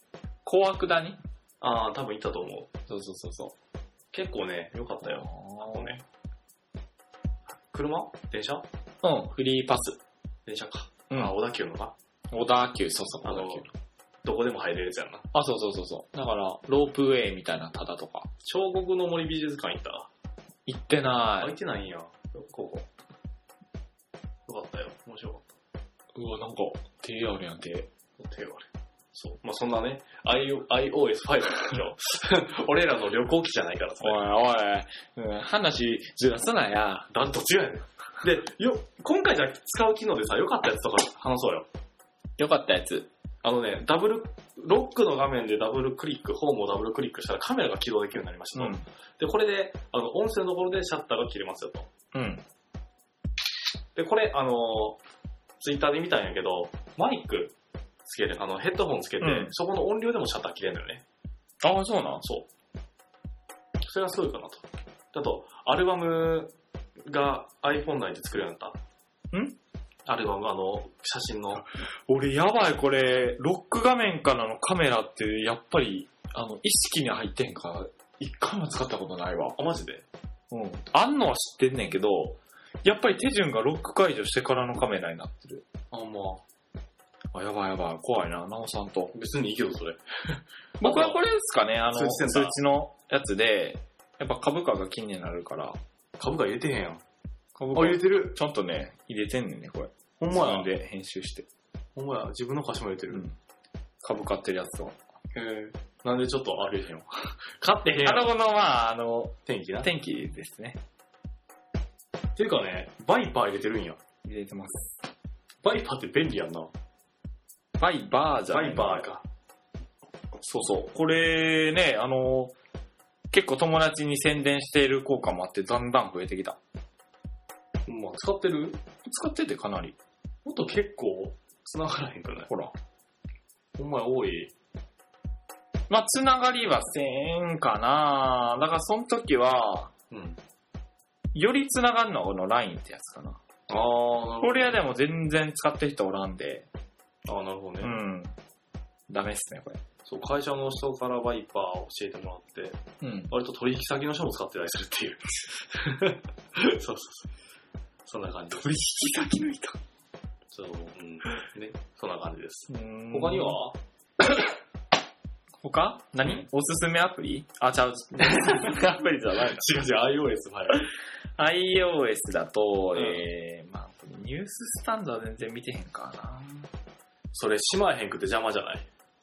小悪だね。
ああ、多分行ったと思う。
そうそうそうそ
結構ね、良かった
う。
よ。もうね。車電車
うん、フリーパス。
電車か。
うん
あ、小田急のか。
小田急、そうそう、
あ
小
の
田急。、
どこでも入れるやつやんな。
あ、そうそうそうそう。だから、ロープウェイみたいなタダとか。
彫刻の森美術館行った
行ってな
開
い
い。てないんや。ここ。よかったよ。面白かっ
うわ、なんか、手あるやん、手。
た。手があれ。そう。まあ、そんなね、IO iOS5 なんだけど、 俺らの旅行機じゃないからさ。
おいおい、うん、話ずらすなや。
ダントツやねん。で、よ、今回じゃあ使う機能でさ、良かったやつとか話そうよ。
よかったやつ。
あのね、ダブル、ロックの画面でダブルクリック、ホームをダブルクリックしたらカメラが起動できるようになりましたと。
ん。
で、これで、あの、音声のところでシャッターが切れますよと。
うん。
で、これ、あのー、ツイッターで見たんやけど、マイクつけて、あの、ヘッドホンつけて、
うん
そこの音量でもシャッター切れるのよね。
ああ、そうなん
そう。それがすごいかなと。あと、アルバムが iPhone 内で作るようになった。
ん
アルバム、あの、写真の。
俺、やばい、これ、ロック画面からのカメラって、やっぱり、あの、意識に入ってんから、一回も使ったことないわ。
あ、マジで
うん。あんのは知ってんねんけど、やっぱり手順がロック解除してからのカメラになってる。
あ、まあ、
あ、やばいやばい、怖いな、なおさんと。
別にいいけど、それ。
僕はこれですかね、あの、
通知センター
通知のやつで、やっぱ株価が気になるから、
株価入れてへんやん。あ、
株価
入れてる。
ちゃんとね、入れてんねんね、これ。
ほん
自
ま
分
や。
で編集して。
ほんまや。自分の歌詞も入れてる。
株買ってるやつと。
へえ。なんでちょっとあれへん よ。勝ってへんや
あの、
ん。
この、まあ、あの、
天気な。
天気ですね。
ていうかね、バイパー入れてるんや。
入れてます。
バイパーって便利やんな。
バイバーじゃ
バ
ない
イパーか。
そうそう。これね、あの、結構友達に宣伝している効果もあって、だんだん増えてきた。
まあ、使ってる
使っててかなり。
もっと結構、繋がらへんくない
ほら。
ほんまや多い。
まあ、つながりはせんかなだからその時は、
うん。
よりつながるのはこの LINE ってやつかな。
あー、なるほ
これはでも全然使ってる人おらんで、
ど。あー、なるほどね。
うん。ダメっすね、これ。
そう、会社の人からバイパーを教えてもらって、
うん。
割と取引先の人も使ってたりするっていう。 そうそうそう。そんな感じです。
取引先の人。
そう、うん。ね。そんな感じです。
他
他には
他何、
うん
おすすめアプリあ、ち ゃう。アプリじゃない
違う違う、iOS 前。
の。iOS だと、
うん
えー、まあニューススタンドは全然見てへんから
それ、しまえへんくて邪魔じゃない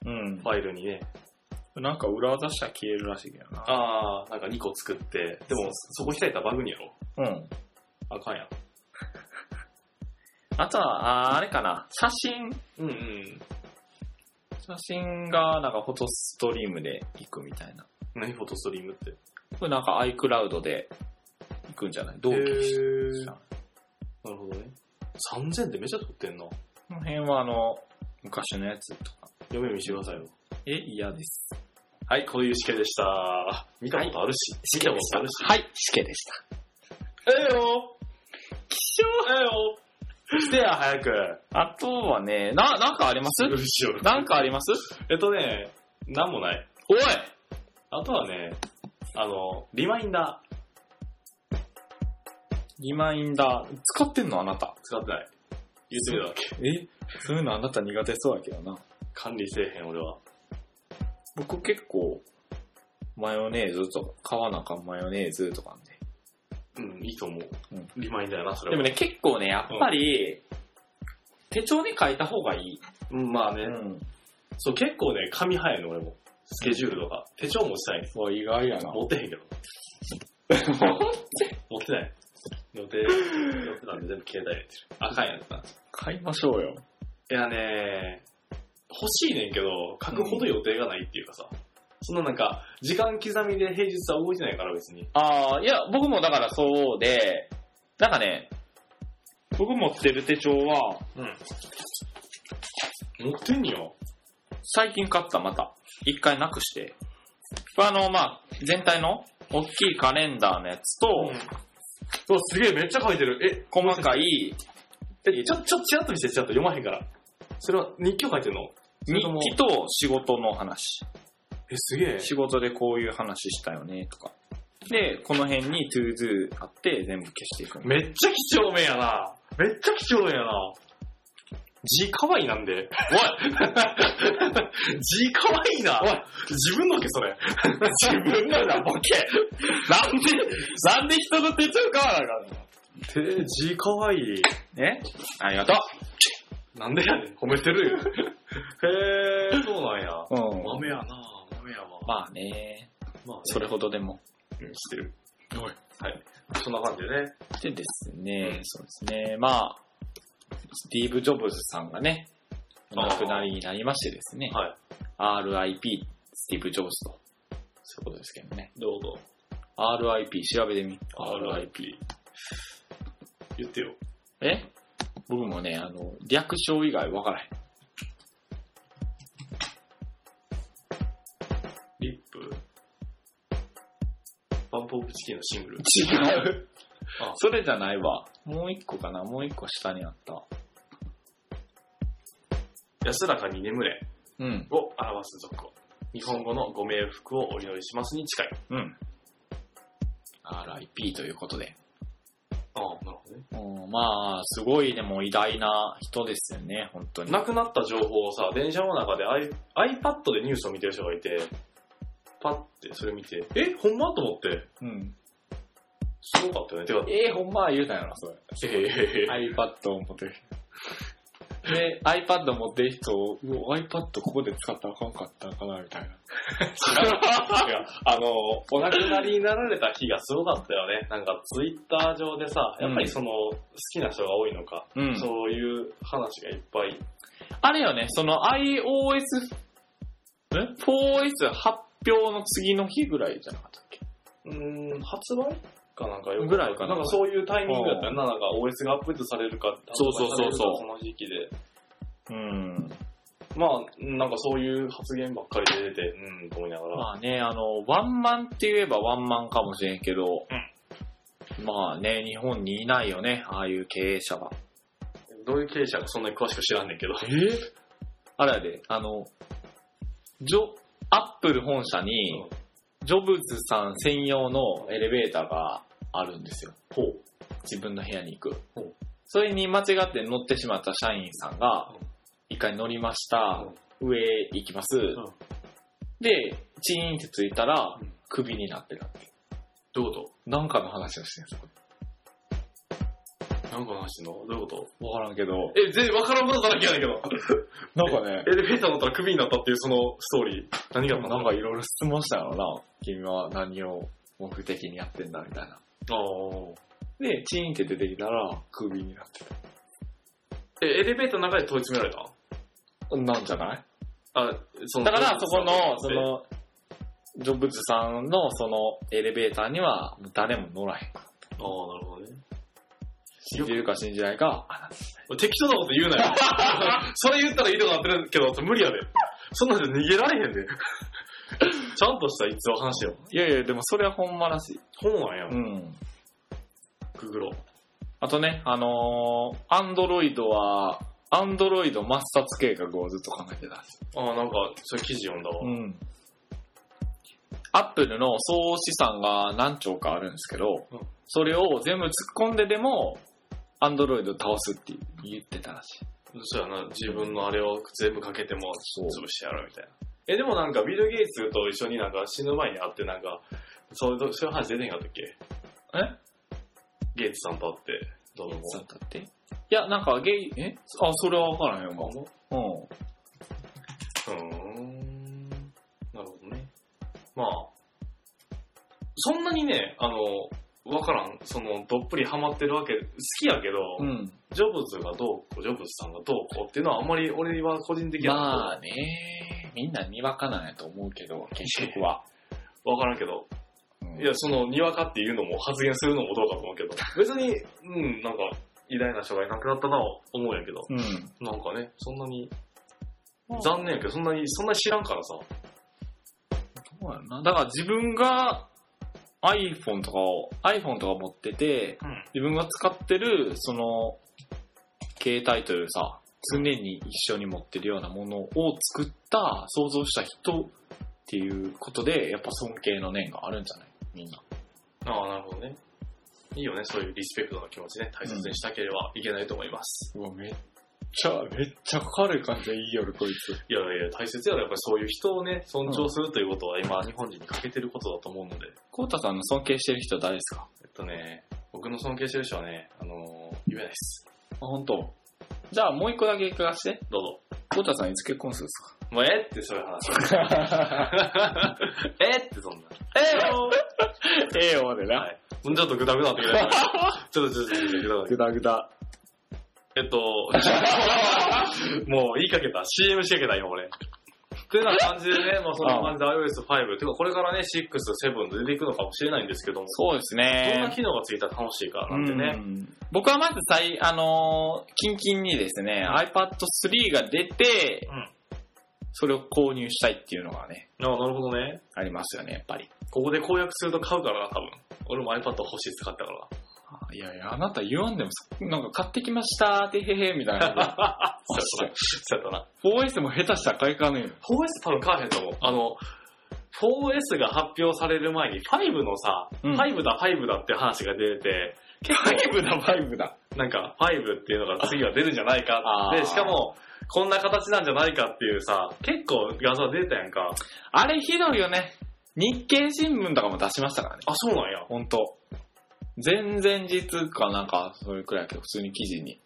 な。うん
フ。ァイルにね。
なんか裏技したら消えるらしいけどな。
あー、なんか2個作って、でも、そこ開いたらバグにやろ。
うん。
あかんやん。
あとは、あーあれかな。写真。
うんうん。
写真がなんかフォトストリームで行くみたいな。
何フォトストリームって。
これなんか iCloud で行くんじゃない同期して。
ー
した
なるほどね。3000ってめっちゃ取ってんの
この辺はあの、昔のやつとか。
読め見してくださいよ。
え、嫌です。
はい、こういう試験でした。見たことあるし。見たことあるし。
はい、死刑でした。
ええよ
気象
ええよしてや、早く。
あとはね、な、なんかあります
うるしよう
なんかあります
えっとね、なんもない。
おい
あとはね、あの、リマインダー
リマインダー、使ってんのあなた。
使ってない。言ってみただけ。
えそういうのあなた苦手そうやけどな。
管理せえへん、俺は。
僕結構、マヨネーズとか、買わなあかんマヨネーズとかね。
うん、いいと思う。
うん
リマインダーやな、それ
で
は。
もね、結構ね、やっぱり、手帳に書いた方がいい。
うん、まあね、
ん。
そう、結構ね、紙早いの、俺も。スケジュールとか。手帳もしたいね。
そう、意外やな。
持ってへんけど。持ってない。予定、予定なんで 全部携帯入れてる。あかんやつな。
買いましょうよ。
いやね欲しいねんけど、書くほど予定がないっていうかさ。そんななんか、時間刻みで平日は動いてないから別に。
ああ、いや、僕もだからそうで、なんかね、僕持ってる手帳は、
持ってんよ。
最近買った、また。一回なくして。これあの、まあ、全体の大きいカレンダーのやつと、
うわ、すげえ、めっちゃ書いてる。
細かい、
え、え、ちょ、ちょ、ちらっと見せて、ちらっと読まへんから。それは日記を書いてんのそれ
日
とも
記と仕事の話。
え、すげえ。
仕事でこういう話したよね、とか。で、この辺に to do あって全部消していく。
めっちゃ貴重面やな。めっちゃ貴重面やな。字かわいいなんで。おい 字かわいいな。
おい
自分のけそれ。
自分のだ、ボケなんで、なんで人の手帳買わなあかんの
て字かわいい。
ねありがと
なんでやねん。褒めてるよ。へえ、そうなんや。
ううん
豆やな。豆やわ。
まあね、
まあね
それほどでも。
うんしてる。おい。はい。そんな感じでね。
でですね、そうですね、まあ、スティーブ・ジョブズさんがね、お
あー
亡くなりになりましてですね、
はい。
RIP、スティーブ・ジョブズと、そういうことですけどね。
どうぞ。
RIP、調べてみ。
RIP。言ってよ。
え僕もね、あの、略称以外わからへん。
リップ。バンプオブチキンのシングル。
違 う
あ
それじゃないわ。もう一個かな、もう一個下にあった。
安らかに眠れ
うん、
を表す俗語。日本語のご冥福をお祈りしますに近い。
うん。RIP ということで。
ああ、なるほどね。
うんまあ、すごいでも偉大な人ですよね、本当に。
亡くなった情報をさ、電車の中で I iPad でニュースを見てる人がいて、パッてそれ見て、え、ほんまと思って、
うん。
すごかったよね。てか、
えー、ほんま言うたんやろ、それ。
ええ
iPad を持ってる人。で、iPad 持ってる人を、うお iPad ここで使ったらあかんかったんかな、み たいな。
いや、あの、お亡くなりになられた日がすごかったよね。なんか、ツイッター上でさ、やっぱりその、好きな人が多いのか、
うん
そういう話がいっぱい。
あれよね、その iOS、ん ?4OS 発表の次の日ぐらいじゃなかったっけ
うーん、発売かなんかよく
ぐらいかな
なんかそういうタイミングだったよな、なんか OS がアップデートされるか、
そうそうそうそう
発売されるかその時期で。
うん。
まあ、なんかそういう発言ばっかりで出て、うん、と思いながら。
まあね、あの、ワンマンって言えばワンマンかもしれんけど、まあね、日本にいないよね、ああいう経営者は。
どういう経営者かそんなに詳しく知らんねんけど。
あれやで、あの、ジョ、アップル本社に、ジョブズさん専用のエレベーターがあるんですよ。
ほう。
自分の部屋に行く
ほう。
それに間違って乗ってしまった社員さんが
うん、
一回乗りました、上行きます、
ん
で、チーンってついたら
うん、
クビになってたって。
どういうこ
なんかの話をしてるんですよ。
となんかの話のどういうこと
わからんけど。
え、全然わからんことだらけやねんけど。
なんかね
エ、レベーター乗ったらクビになったっていうそのストーリー。何があった
なんかいろいろ質問したよな。君は何を目的にやってんだみたいな。
あ
で、チーンって出てきたら、クビになって
あ。え、エレベーターの中で問い詰められた
た。なんじゃない
あ、その
だから、そこの、そ、の、ジョブズさんのそのエレベーターには誰も乗らへん。
ああ、なるほどね。
信じるか信じないか、あなた
適当なこと言うなよ。 それ言ったらいいとこなってるけど、無理やで。そんなんじゃ逃げら れへんで。ちゃんとした逸話話よ。
いやいや、でもそれはほんまらしい。
そうなんや
う。ん。
ググロ。
あとね、あのー、アンドロイドは、アンドロイド抹殺計画をずっと考えてたんです
ああ、なんか、それ記事読んだわ。
うん。アップルの総資産が何兆かあるんですけど、
うん
それを全部突っ込んででも、アンドロイド倒すって言ってたらしい。
そうやな、自分のあれを全部かけても
そう
潰してやろうみたいな。え、でもなんか、ビル・ゲイツと一緒になんか死ぬ前に会ってなんか、そういうとそういう話出てんかったっけ
え
ゲイツさんと会って、どうも。
そうだっていや、なんかゲイ、えあ、それはわからんよ、もう。
うーん。なるほどね。まあ、そんなにね、あの、わからん。その、どっぷりハマってるわけ、好きやけど、
うん。うん。
ジョブズがどうこう、ジョブズさんがどうこうっていうのはあんまり俺は個人的な
まあね、みんなにわかなんやと思うけど、結局は。
わからんけど、
うん
いや、その、にわかっていうのも発言するのもどうかと思うけど、別に、うん、なんか、偉大な人がいなくなったなと思うんやけど、
うん。
なんかね、そんなに、残念やけど、そんなに、そんなに知らんからさ、
そうやな。だから自分が iPhone とかを、iPhone とか持ってて、
うん
自分が使ってる、その、携帯というさ、常に一緒に持ってるようなものを作った、想像した人っていうことで、やっぱ尊敬の念があるんじゃないみんな。
ああ、なるほどね。いいよね、そういうリスペクトの気持ちね、大切にしたければいけないと思います。
うわ、めっちゃ、めっちゃ軽い感じでいいよる、こいつ。
いやいや、大切やろ、やっぱりそういう人をね、尊重するということは今、日本人に欠けてることだと思うので、
コウタさんの尊敬してる人誰ですか
えっとね、僕の尊敬してる人はね、あのー、言えないです。
あ、本当。じゃあもう一個だけ聞かして。
どうぞ。
コウタさんいつ結婚するんですか
もうえってそういう話。 えってそんな。
ええよええよで な。
もうちょっとグダグダって言われた。ちょっとちょっとちょっとグダグダ。
だぐだ。
えっと、もう言いかけた。CM 仕掛けた、今俺。ってな感じでね、まあそんな感じで iOS5。てかこれからね、6、7と出ていくのかもしれないんですけども、
そうです
どんな
ね。
機能がついたら楽しいかなんてね。
うん僕はまず最、あのー、キンキンにですね、iPad 3が出て、
うん
それを購入したいっていうのがね、
ああなるほどね。
ありますよね、やっぱり。
ここで公約すると買うからな、多分。俺も iPad 欲しい使ったから。
あいやいや、あなた言わんでも、そなんか買ってきましたてへへ、みたい な。
そうやったな。そうやったな。
4S も下手したら買いかねえよ。
4S 多分買わへんと思う。あの、4S が発表される前に5のさ、
うん
5だ5だって話が出て、結
ブだ、ファイブだ。
構なんか5っていうのが次は出るんじゃないか
あ
って。
ー
で、しかも、こんな形なんじゃないかっていうさ、結構画像出たやんか。
あれひどいよね。日経新聞とかも出しましたからね。
あ、そうなんや。
ほんと。前々日かなんか、それくらいやけど、普通に記事に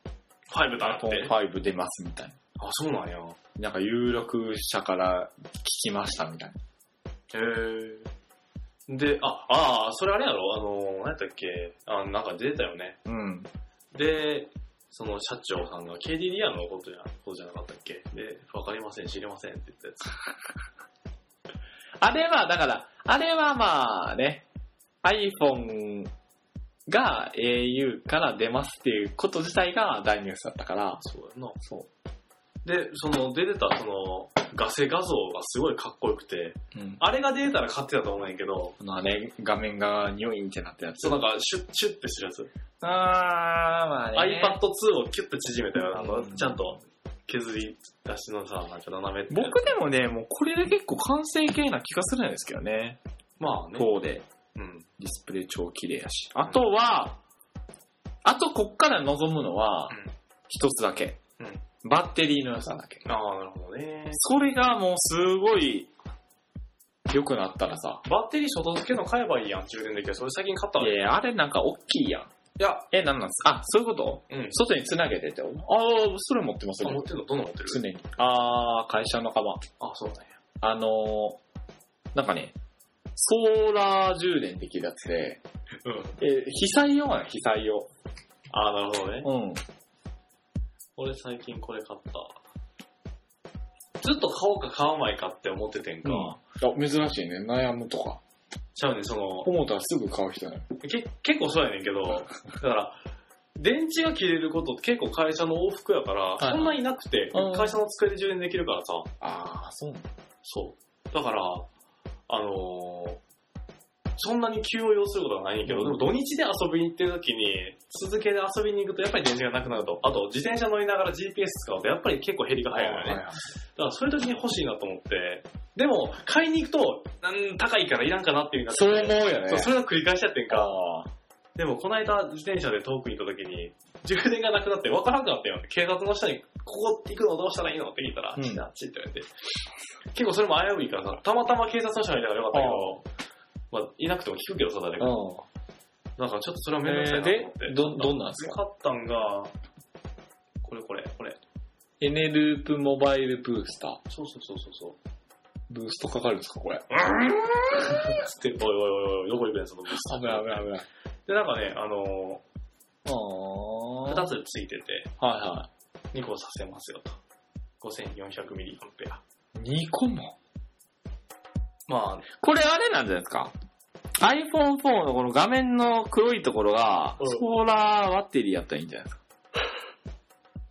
5だって。
iPhone5 出ますみたいな。
あ、そうなんや。へ
なんか有力者から聞きましたみたいな。
え。で、あ、ああ、それあれやろあの、何やったっけあ、なんか出たよね。
うん。
で、その社長さんが KDDI のことやことじゃなかったっけで、わかりません、知りませんって言ったやつ。
あれは、だから、あれはまあね、iPhone が au から出ますっていうこと自体が大ニュースだったから、
そうやな。
そ
で、その出てたそのガセ画像がすごいかっこよくて、
う。うん。
あれが出てたら買ってたと思うんやけど、
このあれ、画面がニョインってなったやつ。
そうなんかシュッシュッてしてるやつ。
あー、まあ
iPad2 をキュッて縮めたような、あの
うん
ちゃんと削り出しのさ、なんか斜めって。
僕でもね、もうこれで結構完成形な気がするんですけどね。
まあね。
4で。
うん。
ディスプレイ超綺麗やし。あとは、あとこっから望むのは
うん、
一つだけ、
うん
バッテリーの良さだけ。
ああ、なるほどね。
それがもうすごい、良くなったらさ。
バッテリー外付けの買えばいいやん、充電できる。それ最近買ったわ
い
け。い
や、あれなんか大きいやん。
や、
え、なんなんすあ、そういうこと
うん。
外に繋げてって。ああ、それ持ってます
あ、持
よ
っ。てるのどんなの持ってる
常に。あー、会社のカバン。
あ、そうなんや。
あのー、なんかね、ソーラー充電できるやつで、
うん。
え、被災用は被災用。
あ、なるほどね。
うん。
俺最近これ買った。ずっと買おうか買わないかって思っててんか。
うんあ、珍しいね。悩むとか。
ちゃうね、その、
思ったらすぐ買う人だよ。
け結構そうやねんけど、だから、電池が切れることって結構会社の往復やか
い
ら、
はい
そんなになくて
うん、
会社の机で充電できるからさ、
ああ、そうなんだ。
そう。だから、あのーそんなに急を要することはないんやけど、でも土日で遊びに行ってる時に、続けて遊びに行くとやっぱり電池がなくなると、あと自転車乗りながら GPS 使うとやっぱり結構減りが早いのよね。
はいはい
だからそういう時に欲しいなと思って、でも買いに行くと、うん、高いからいらんかなっていうな
そう思うよね。
そうそれを繰り返しちゃってんか。
あー
でもこの間自転車で遠くに行った時に、充電がなくなって分からなくなったよって警察の人に、ここ行くのどうしたらいいのって聞いたら、
う
うんちあっちって言われて。結構それも危ういからさ、たまたま警察の人がいたからよかったけど、まあ、いなくても聞くけどさ、誰か。
う
なんかちょっとそれは面倒くさいなと思って。
えーでどどんなんですか
買ったんが、これこれ、これ。
ん。エネループモバイルブースター。
そうそうそうそうそう。
ブーストかかるんですか、これ。
つって、おいおいおいおい、どこ行くねん、そのブース
危ない危ない危ない。
で、なんかね、あの
あ
ー、
あ。
2つついてて、
はいは
2個させますよと。5400ミリアンペア。
い。2個も。
まあ、
これあれなんじゃないですか ?iPhone4 のこの画面の黒いところが、
うん
ソーラーバッテリーやったらいいんじゃないですか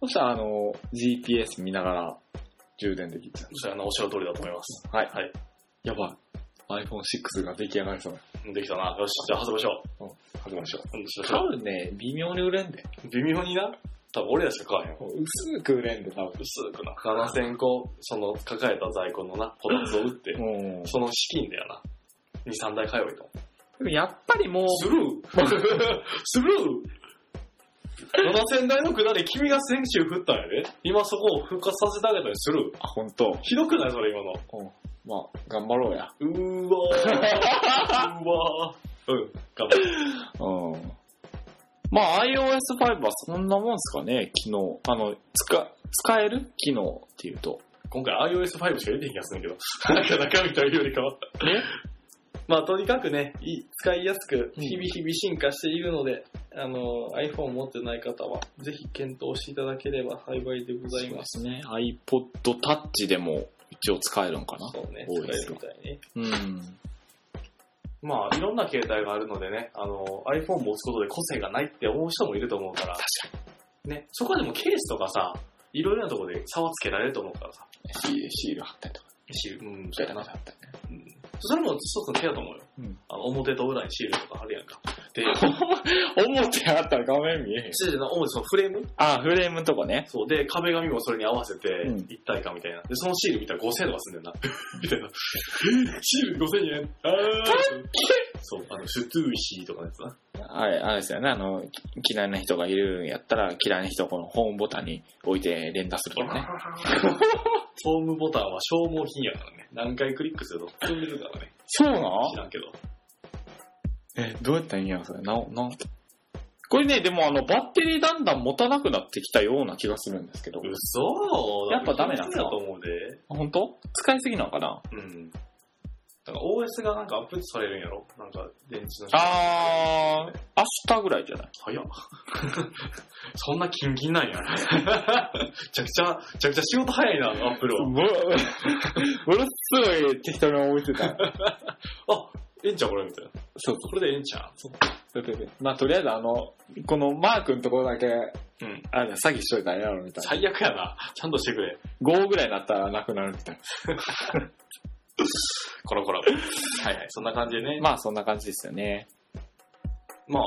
そしたら、あの、GPS 見ながら充電できちゃう。
それはおっしゃる通りだと思います。
はい。
はい。
やばい。iPhone6 が出来上がりそうな。
できたな。よし、じゃあ始めましょう。
始めましょう。
うんしましょ
多分ね、微妙に売れんで。
う。微妙にな。多分俺らしか買わへん。
薄く売れんで、多分。
薄くな。7000個、その抱えた在庫のな、ポタツを売って、
うん
その資金だよな。2、3台通いと。
でもやっぱりもう、
スルー スルー !7000 台の下り君が先週振ったんやで。今そこを復活させてあげたりする。
あ、本当。
ひどくないそれ今の。
うんまあ、頑張ろうや。
うーわ ー。うーわー。うん。頑張る。
うん。まあ iOS5 はそんなもんすかね、機能。あの、使、使える機能っていうと。
今回 iOS5 しか出てへん気がするんだけど。なんか中身というよりかは。
え
まあとにかくね、いい使いやすく、
うん
日々日々進化しているので、あの、iPhone 持ってない方は、ぜひ検討していただければ幸いでございま
そ
す。
うですね。iPod Touch でも一応使えるんかな。
そうね、
多い
使え
です
る
よ
みたいね。
うん。
まあ、いろんな携帯があるのでね、あの、iPhone 持つことで個性がないって思う人もいると思うから。確かに。ね、そこはでもケースとかさ、いろいろなところで差をつけられると思うからさ。
シールシール貼ったりとか。
シール、うん、そうやな。
貼ったりね。
うん。それも一つの手だと思うよ。
うん
あの、表と裏にシールとかあるやんか。で、
表あったら画面見えへん。
シールの主にそのフレーム
あ、フレームとかね。
そう。で、壁紙もそれに合わせて
うん、
一体化みたいな。で、そのシール見たら5000円とかすんだ よな。みたいな。シール5000円あーそう、あの、シュトゥーシーとかのやつな。
あれ、あれですよね。あの、き嫌いな人がいるんやったら、嫌いな人をこのホームボタンに置いて連打するとかね。
ホームボタンは消耗品やからね。何回クリックすると飛んでるからね。
そうな
知らんけど。
え、どうやったらいいんやろ、それ。な、な、これね、でもあの、バッテリーだんだん持たなくなってきたような気がするんですけど。
嘘
やっぱダメなんすか
だと思うで。
本当使いすぎなのかな
うん。だから OS がなんかアップデートされるんやろなんか電池の。
あー、明日ぐらいじゃない
早っ。 そんなキンキンなんや。 めちゃくちゃ、めちゃくちゃ仕事早いな、アップルは。
ものすごい適当に思いついた。
あ、ええんちゃうこれみたいな。
そう
これでええんちゃ
そう。 まあ、とりあえずあの、このマークのところだけ、
ううん。
あれ詐欺しといたらやろうみたいな。
最悪やな。ちゃんとしてくれ。
5ぐらいになったらなくなるみたい
コロコロ。はいはい、そんな感じでね
な。。まあ、そんな感じですよね。
まあ、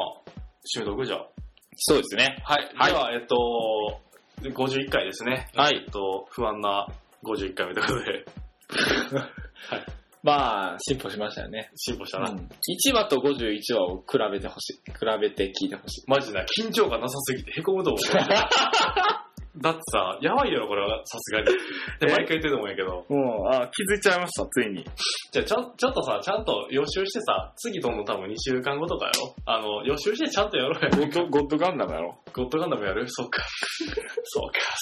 締めとくじゃあ。
そうですね。
はい。
はい
では、えっと、51回ですね。
はい
えっと、不安な51回目ということで、
まあ、進歩しましたよね。
進歩した
う
な。
ん1話と51話を比べてほしい。比べて聞いてほしい。
マジな、緊張がなさすぎて凹むと思 う。だってさ、やばいやろ、これは、さすがに。で毎回言ってると思うんやけど。
もう、あ、気づいちゃいました、ついに。
じゃあ、ちょ、ちょっとさ、ちゃんと予習してさ、次とも多分2週間後とかやろあの、予習してちゃんとやろうや。
ゴッド、ゴッドガンダムやろ。
ゴッドガンダムやるそうか。 そうか、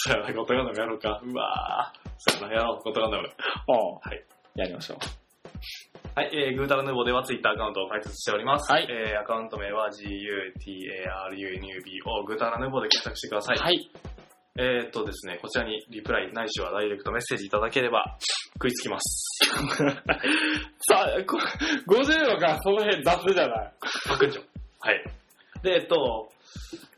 そうやな、ゴッドガンダムやろうか。うわぁ。そうやな、やろう、ゴッドガンダム。。
ああ。はいやりましょう。
はい、えー、グータラヌーボーではツイッターアカウントを開設しております。
はい
えー、アカウント名は GUTARUNUBO グータラヌーボーで検索してください。
はい。
えー、っとですね、こちらにリプライないしはダイレクトメッセージいただければ食いつきます。
さあ、こ50話からその辺雑じゃない
パクンチョ。はい。で、えっと、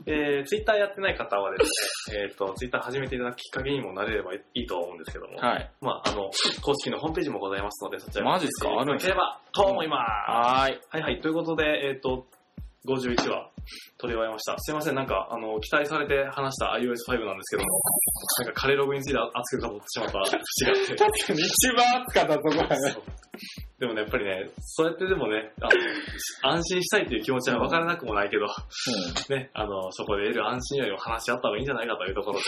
えー、ツイッターやってない方はですね、えーっと、ツイッター始めていただくきっかけにもなれればいいとは思うんですけども、
はい。
まあ、あの、公式のホームページもございますので、そちら
マジっすかあるん
の
です
ければと思います。
はーい。
はいはい、ということで、えっ、と、51話、取り終えました。すいません、なんか、あの、期待されて話した iOS5 なんですけども、なんか彼ログについて熱く語ってしまった節があって。
確かに一番暑かったところだね。
そうでもね、やっぱりね、そうやってでもね、あの、安心したいという気持ちは分からなくもないけど、ね、あの、そこで得る安心よりも話し合った方がいいんじゃないかというと ころで、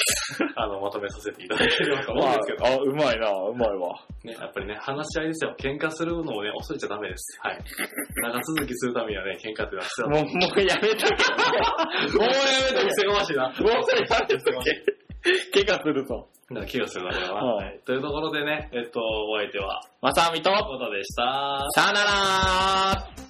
あの、まとめさせていただければと思うんですけど、
あ、うまいな、うまいわ。
ね、やっぱりね、話し合いですよ。喧嘩するのをね、恐れちゃダメです。 はい。長続きするためにはね、喧嘩っていうのは必要だと思います
もう、もうやめとけ。もうやめと
くせがましいな。
け。もうやめとけ。 怪我するぞ。
な、気がするな、これは。
は
はいい。というところでね、えっと、お相手は、
まさみと、
ことでした。
さよならー